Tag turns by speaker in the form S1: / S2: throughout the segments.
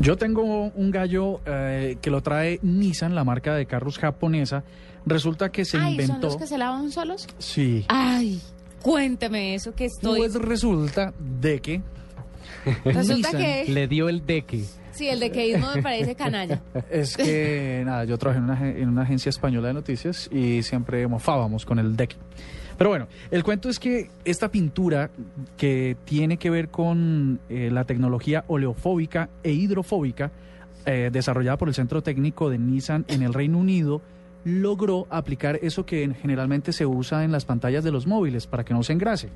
S1: Yo tengo un gallo eh, que lo trae Nissan, la marca de carros japonesa. Resulta que se
S2: Ay, ¿son
S1: inventó.
S2: los que se lavan solos?
S1: Sí.
S2: Ay, cuénteme eso que estoy...
S1: Pues resulta de que.
S2: Resulta
S1: Nissan
S2: que...
S3: Le dio el deque.
S2: Sí, el de queísmo me parece canalla.
S1: Es que, nada, yo trabajé en una, agen- en una agencia española de noticias y siempre mofábamos con el deck. Pero bueno, el cuento es que esta pintura que tiene que ver con eh, la tecnología oleofóbica e hidrofóbica eh, desarrollada por el Centro Técnico de Nissan en el Reino Unido logró aplicar eso que generalmente se usa en las pantallas de los móviles para que no se engrase.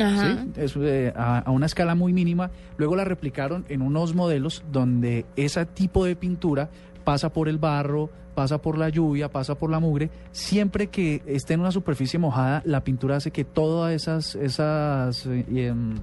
S2: Ajá.
S1: ¿sí? Es, eh, a, a una escala muy mínima. Luego la replicaron en unos modelos donde ese tipo de pintura pasa por el barro, pasa por la lluvia, pasa por la mugre. Siempre que esté en una superficie mojada, la pintura hace que todas esas, esas eh, em,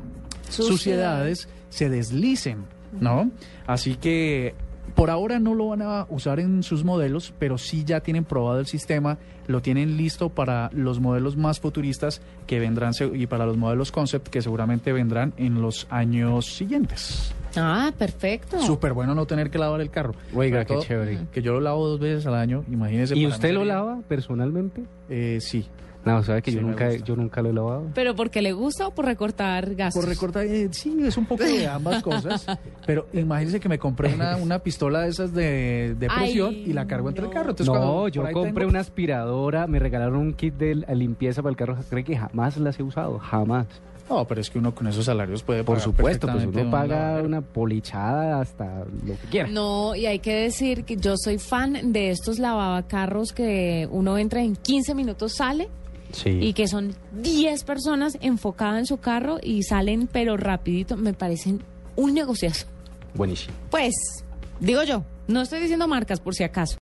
S1: suciedades se deslicen, ¿no? Así que por ahora no lo van a usar en sus modelos, pero sí ya tienen probado el sistema, lo tienen listo para los modelos más futuristas que vendrán se- y para los modelos concept que seguramente vendrán en los años siguientes.
S2: Ah, perfecto.
S1: Súper bueno no tener que lavar el carro.
S3: Oiga,
S1: Sobre
S3: qué
S1: todo
S3: chévere.
S1: Que yo lo lavo dos veces al año, imagínese.
S3: ¿Y
S1: para mí
S3: usted lo
S1: sería-
S3: lava personalmente?
S1: Eh, sí.
S3: No, sabe que
S1: Sí,
S3: yo
S1: me
S3: nunca,
S1: gusta.
S3: yo nunca lo he lavado.
S2: ¿Pero porque le gusta o por recortar gastos?
S1: Por recortar, eh, sí, es un poco de ambas cosas. pero imagínese que me compré una, una pistola de esas de, de presión
S2: Ay,
S1: y la cargo entre el
S2: no.
S1: carro. Entonces,
S3: no,
S1: cuando
S3: yo
S1: por ahí
S3: compré
S1: tengo-
S3: una aspiradora, me regalaron un kit de limpieza para el carro. Creo que jamás las he usado, jamás.
S1: No, pero es que uno con esos salarios puede
S3: Por
S1: pagar
S3: supuesto, pues
S1: perfectamente
S3: uno
S1: un
S3: paga
S1: lavadero.
S3: una polichada hasta lo que quiera.
S2: No, y hay que decir que yo soy fan de estos lavacarros que uno entra en 15 minutos, sale
S3: Sí.
S2: y que son 10 personas enfocadas en su carro y salen pero rapidito. Me parecen un negociazo.
S3: Buenísimo.
S2: Pues, digo yo, no estoy diciendo marcas por si acaso.